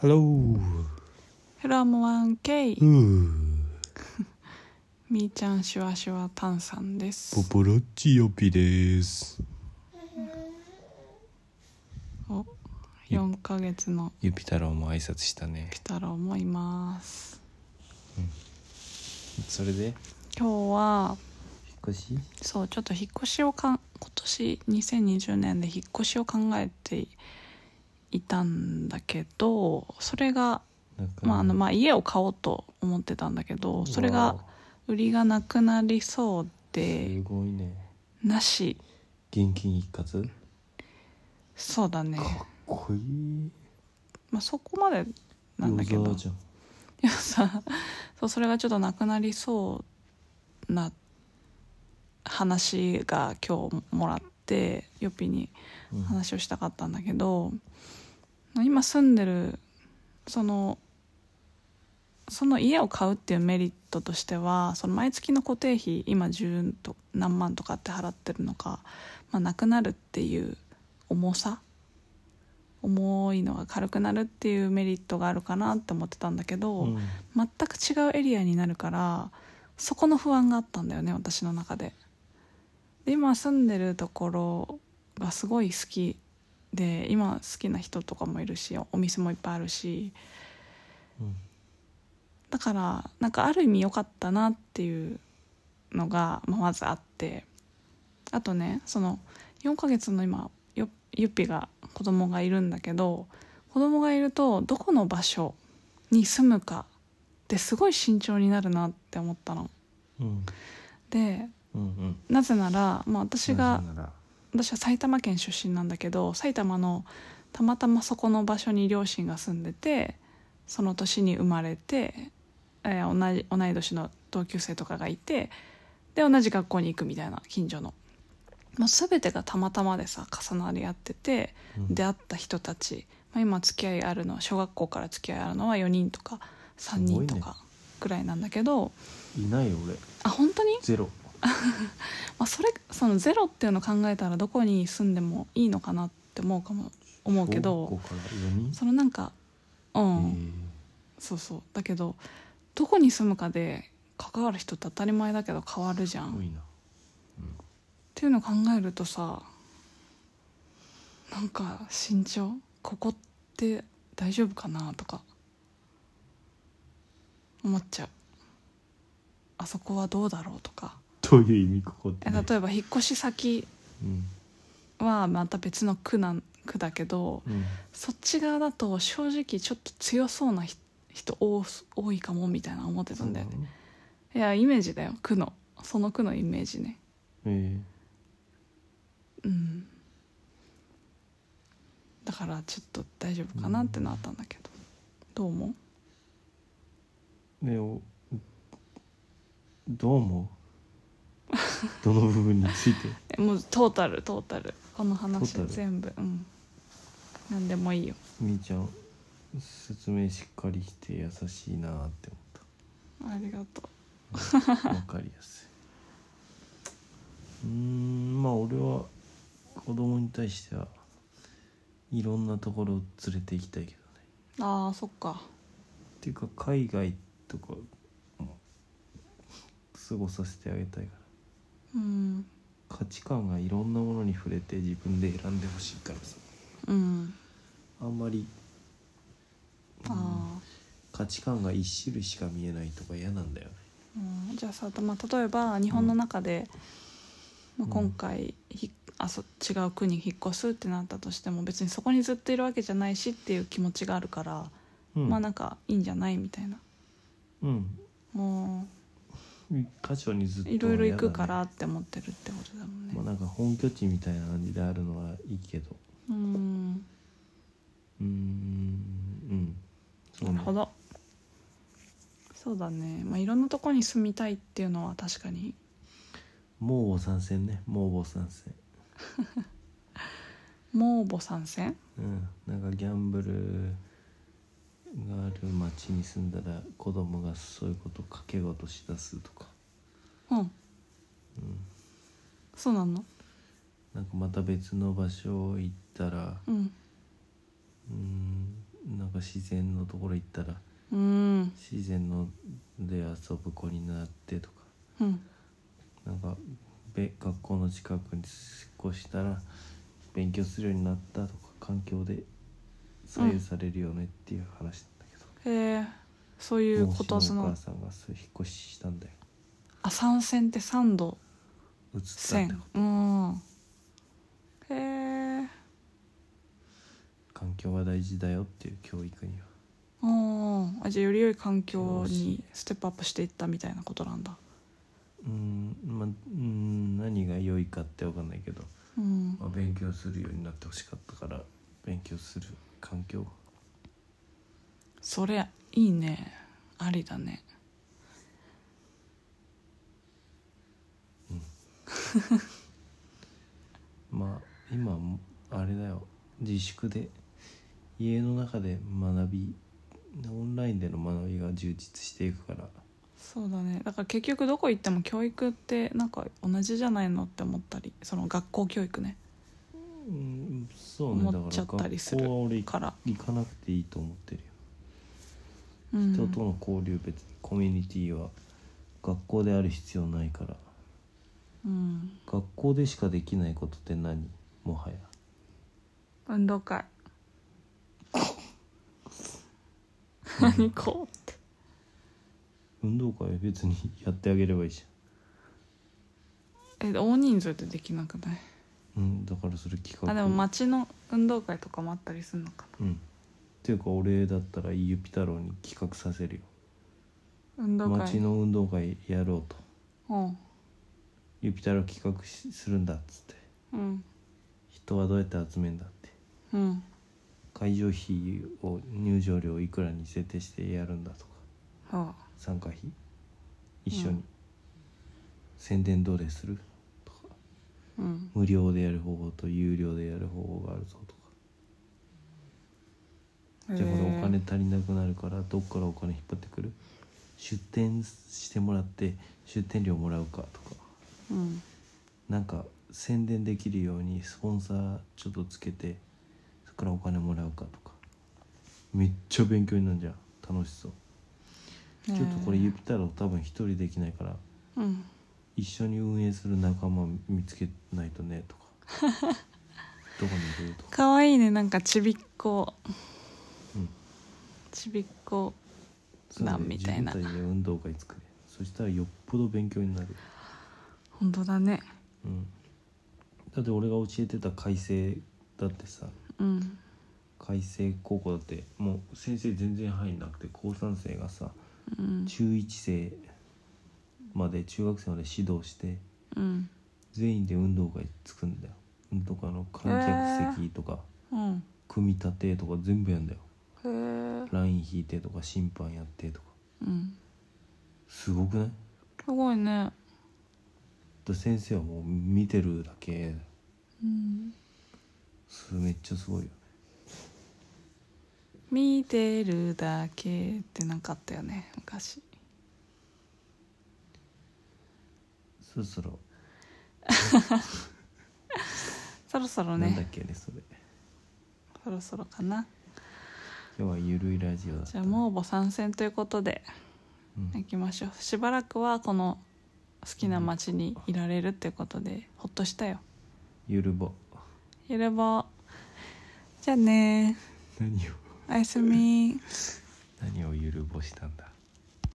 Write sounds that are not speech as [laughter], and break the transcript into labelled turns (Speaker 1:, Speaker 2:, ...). Speaker 1: Hello.
Speaker 2: フラム 1K、
Speaker 1: Ooh.
Speaker 2: みーちゃんシュワシュワ炭酸です
Speaker 1: ポポロッチ予備です。
Speaker 2: お4ヶ月の
Speaker 1: ゆぴ太郎も挨拶したね
Speaker 2: ピ。タロもいます
Speaker 1: それで引っ
Speaker 2: 今日は
Speaker 1: 越し？
Speaker 2: そうちょっと引っ越しをかん今年2020年で引っ越しを考えていたんだけどそれが、
Speaker 1: なんか
Speaker 2: まああのまあ、家を買おうと思ってたんだけどそれ
Speaker 1: わ
Speaker 2: が売りがなくなりそう
Speaker 1: あ
Speaker 2: です
Speaker 1: ごいね。
Speaker 2: なし
Speaker 1: 現金一括？
Speaker 2: そうだね、
Speaker 1: こいい。
Speaker 2: まあ、そこまでなんだけ
Speaker 1: 餃
Speaker 2: ど
Speaker 1: 子じゃん。
Speaker 2: いやさそうそれがちょっとなくなりそうな話が今日もらってよぴに
Speaker 1: うん
Speaker 2: 話をしたかったんだけど、今住んでるそのその家を買うっていうメリットとしてはその毎月の固定費今10と何万とかって払ってるのか、まあ、なくなるっていう重さ重いのが軽くなるっていうメリットがあるかなって思ってたんだけど、
Speaker 1: うん
Speaker 2: 全く違うエリアになるからそこの不安があったんだよね私の中でで今住んでるところがすごい好きで今好きな人とかもいるしお店もいっぱいあるし
Speaker 1: うん
Speaker 2: だからなんかある意味良かったなっていうのがまあまずあってあとねその4ヶ月の今よゆっぴが子供がいるんだけど子供がいるとどこの場所に住むかってすごい慎重になるなって思ったの。
Speaker 1: うん
Speaker 2: で
Speaker 1: うんうん。
Speaker 2: なぜなら、まあ、私
Speaker 1: な
Speaker 2: が
Speaker 1: ぜなら
Speaker 2: 私は埼玉県出身なんだけど埼玉のたまたまそこの場所に両親が住んでてその年に生まれて、えー同じ同い年の同級生とかがいてで同じ学校に行くみたいな近所の。もう全てがたまたまでさ重なり合ってて
Speaker 1: うん
Speaker 2: 出会った人たち、まあ、今付き合いあるの小学校から付き合いあるのは4人とか3人
Speaker 1: す
Speaker 2: と
Speaker 1: ごい
Speaker 2: かぐらいなんだけど、
Speaker 1: いないよ俺
Speaker 2: あ本当に
Speaker 1: ゼロ。
Speaker 2: まあ、それそのゼロっていうのを考えたらどこに住んでもいいのかなって思うかも思うけ
Speaker 1: 小
Speaker 2: ど
Speaker 1: 学校から四人。
Speaker 2: そのなんかうん、そうそうだけどどこに住むかで関わる人って当たり前だけど変わるじゃ
Speaker 1: えー
Speaker 2: ん、
Speaker 1: すご
Speaker 2: っ
Speaker 1: いな。
Speaker 2: ていうのを考えるとさなんか慎重ここって大丈夫かなとか思っちゃうあそこはどうだろうとか
Speaker 1: どういう意味ここって
Speaker 2: え
Speaker 1: ね。
Speaker 2: 例えば引っ越し先
Speaker 1: うん
Speaker 2: はまた別の区なん区だけど
Speaker 1: うん
Speaker 2: そっち側だと正直ちょっと強そうなひ人多す多いかもみたいな思ってたんだよね
Speaker 1: そうなの
Speaker 2: いやイメージだよ区のその区のイメージね
Speaker 1: え
Speaker 2: うんだからちょっと大丈夫かなってのあったんだけど、どう思う
Speaker 1: え。ねおどう思う？どの部分について？
Speaker 2: えもうトータルトータルこの話
Speaker 1: トータル
Speaker 2: 全部うん何でもいいよ
Speaker 1: みーちゃん説明しっかりして優しいなーって
Speaker 2: ありがと
Speaker 1: 思ったわかりやすいうーんまあ俺は子供に対してはいろんなところを連れて行きたいけどね
Speaker 2: うあーそっか
Speaker 1: っていうか海外とかも過ごさせてあげたいか
Speaker 2: うん
Speaker 1: ら価値観がいろんなものに触れて自分で選んでほしいからさ
Speaker 2: うん
Speaker 1: あんまり、うん
Speaker 2: ああ
Speaker 1: 価値観が一種類しか見えないとか嫌なんだよね
Speaker 2: うんじゃあさ、まあ、例えば日本の中で、
Speaker 1: ん
Speaker 2: まあ、今回ひあそ違う国に引っ越すってなったとしても別にそこにずっといるわけじゃないしっていう気持ちがあるから、
Speaker 1: うん
Speaker 2: まあなんかいいんじゃないみたいな
Speaker 1: うん
Speaker 2: うん
Speaker 1: 一箇所にずっとはい
Speaker 2: ろいろ行くか
Speaker 1: 嫌
Speaker 2: ら
Speaker 1: だね
Speaker 2: って思ってるってことだもんね、
Speaker 1: まあなんか本拠地みたいな感じであるのはいいけど
Speaker 2: うん
Speaker 1: うーんうんそう
Speaker 2: な
Speaker 1: ね
Speaker 2: るほどそうだね、まあ、いろんなとこに住みたいっていうのは確かに
Speaker 1: もう参戦ねもう参戦
Speaker 2: もう母参戦
Speaker 1: うんなんかギャンブルがある町に住んだら子供がそういうこと賭け事しだすとか
Speaker 2: うん
Speaker 1: うん
Speaker 2: そうなの
Speaker 1: なんかまた別の場所行ったら
Speaker 2: うん
Speaker 1: うーんなんか自然のところ行ったら
Speaker 2: うん
Speaker 1: 自然ので遊ぶ子になってとか
Speaker 2: うん
Speaker 1: なんかべ学校の近くに引っ越したら勉強するようになったとか環境で左右されるよねっていう話なんだけど、
Speaker 2: へえそういうこ
Speaker 1: も
Speaker 2: と
Speaker 1: うち
Speaker 2: そ
Speaker 1: のお母
Speaker 2: の
Speaker 1: さんがそう引っ越ししたんだよ
Speaker 2: あ三線って三度
Speaker 1: 移ったんだよ
Speaker 2: 線うんへえ
Speaker 1: 環境は大事だよっていう教育には
Speaker 2: うんあじゃあより良い環境にステップアップしていったみたいなことなんだ
Speaker 1: うんまあうん何が良いかって分かんないけど、
Speaker 2: うん
Speaker 1: まあ、勉強するようになってほしかったから勉強する環境
Speaker 2: それいいねありだね
Speaker 1: まあ今もあれだよ自粛で家の中で学びオンラインでの学びが充実していくから
Speaker 2: そうだねだから結局どこ行っても教育ってなんか同じじゃないのって思ったりその学校教育ね
Speaker 1: うんそうねだ
Speaker 2: 思っ
Speaker 1: か
Speaker 2: ちゃ
Speaker 1: ら
Speaker 2: ったりす
Speaker 1: 学
Speaker 2: る
Speaker 1: 校は俺行
Speaker 2: から、
Speaker 1: かなくていいと思ってるよ、
Speaker 2: うん、
Speaker 1: 人との交流別にコミュニティは学校である必要ないから
Speaker 2: うん
Speaker 1: 学校でしかできないことって何もはや
Speaker 2: 運動会 [laughs] 何こうって
Speaker 1: 運動会は別にやってあげればいいじ
Speaker 2: え大人数でできなくない
Speaker 1: ゃん、うん、だからそれ企画
Speaker 2: あでも町の運動会とかもあったりするのか
Speaker 1: うんっていうか俺だったらゆぴ太郎に企画させるよ
Speaker 2: な運動会
Speaker 1: 町の運動会やろうと
Speaker 2: うん
Speaker 1: ユピタルを企画しするんだっつって
Speaker 2: うん
Speaker 1: 人はどうやって集めんだって
Speaker 2: うん
Speaker 1: 会場費を入場料いくらに設定してやるんだとか
Speaker 2: は
Speaker 1: 参加費一緒に、
Speaker 2: うん
Speaker 1: 宣伝どうでするとか
Speaker 2: あうん
Speaker 1: 無料でやる方法と有料でやる方法があるぞとかじゃあこれお金
Speaker 2: へ
Speaker 1: 足りなくなるからどっからお金引っ張ってくる出店してもらって出店料もらうかとか
Speaker 2: えうん
Speaker 1: なんか宣伝できるようにスポンサーちょっとつけてそこからお金もらうかとかめっちゃ勉強になるじゃん楽しそう
Speaker 2: ち
Speaker 1: ちょっとこれゆぴ太郎多分一人できないから
Speaker 2: うん
Speaker 1: 一緒に運営する仲間見つけないとねと
Speaker 2: [laughs]
Speaker 1: かどこにいるとか、
Speaker 2: 可愛いねなんかちびっこ
Speaker 1: うん、
Speaker 2: ちびっこ
Speaker 1: そう
Speaker 2: な
Speaker 1: だ
Speaker 2: ん
Speaker 1: ね
Speaker 2: みたいな
Speaker 1: 自分たちで運動会作れそしたらよっぽど勉強になる、
Speaker 2: 本当だね
Speaker 1: うん、だって俺が教えてた改正だってさ
Speaker 2: うん
Speaker 1: 開成高校だってもう先生全然入んなくて高3生がさ
Speaker 2: うん
Speaker 1: 中1生まで中学生まで指導して
Speaker 2: うん
Speaker 1: 全員で運動会作んだよ運動会の観客席とか
Speaker 2: うん
Speaker 1: 組み立てとか全部やんだよ
Speaker 2: へえ
Speaker 1: ライン引いてとか審判やってとか
Speaker 2: うん
Speaker 1: すごくないだ
Speaker 2: すごいね
Speaker 1: って先生はもう見てるだけ
Speaker 2: うん
Speaker 1: それめっちゃすごいよね
Speaker 2: 見てるだけってなんかあったよね昔
Speaker 1: そろそろ
Speaker 2: そろそろ
Speaker 1: なんだっ
Speaker 2: ね
Speaker 1: けねそれ
Speaker 2: そろそろかな
Speaker 1: 今日はゆるいラジオだった
Speaker 2: じゃ
Speaker 1: ね
Speaker 2: あもう母参戦ということで
Speaker 1: うん
Speaker 2: 行きましょうしばらくはこの好きな町にいられるってことでほっとしたよ
Speaker 1: ゆるぼ
Speaker 2: いればじゃあね
Speaker 1: 何を
Speaker 2: おやすみ
Speaker 1: 何をゆるぼしたんだ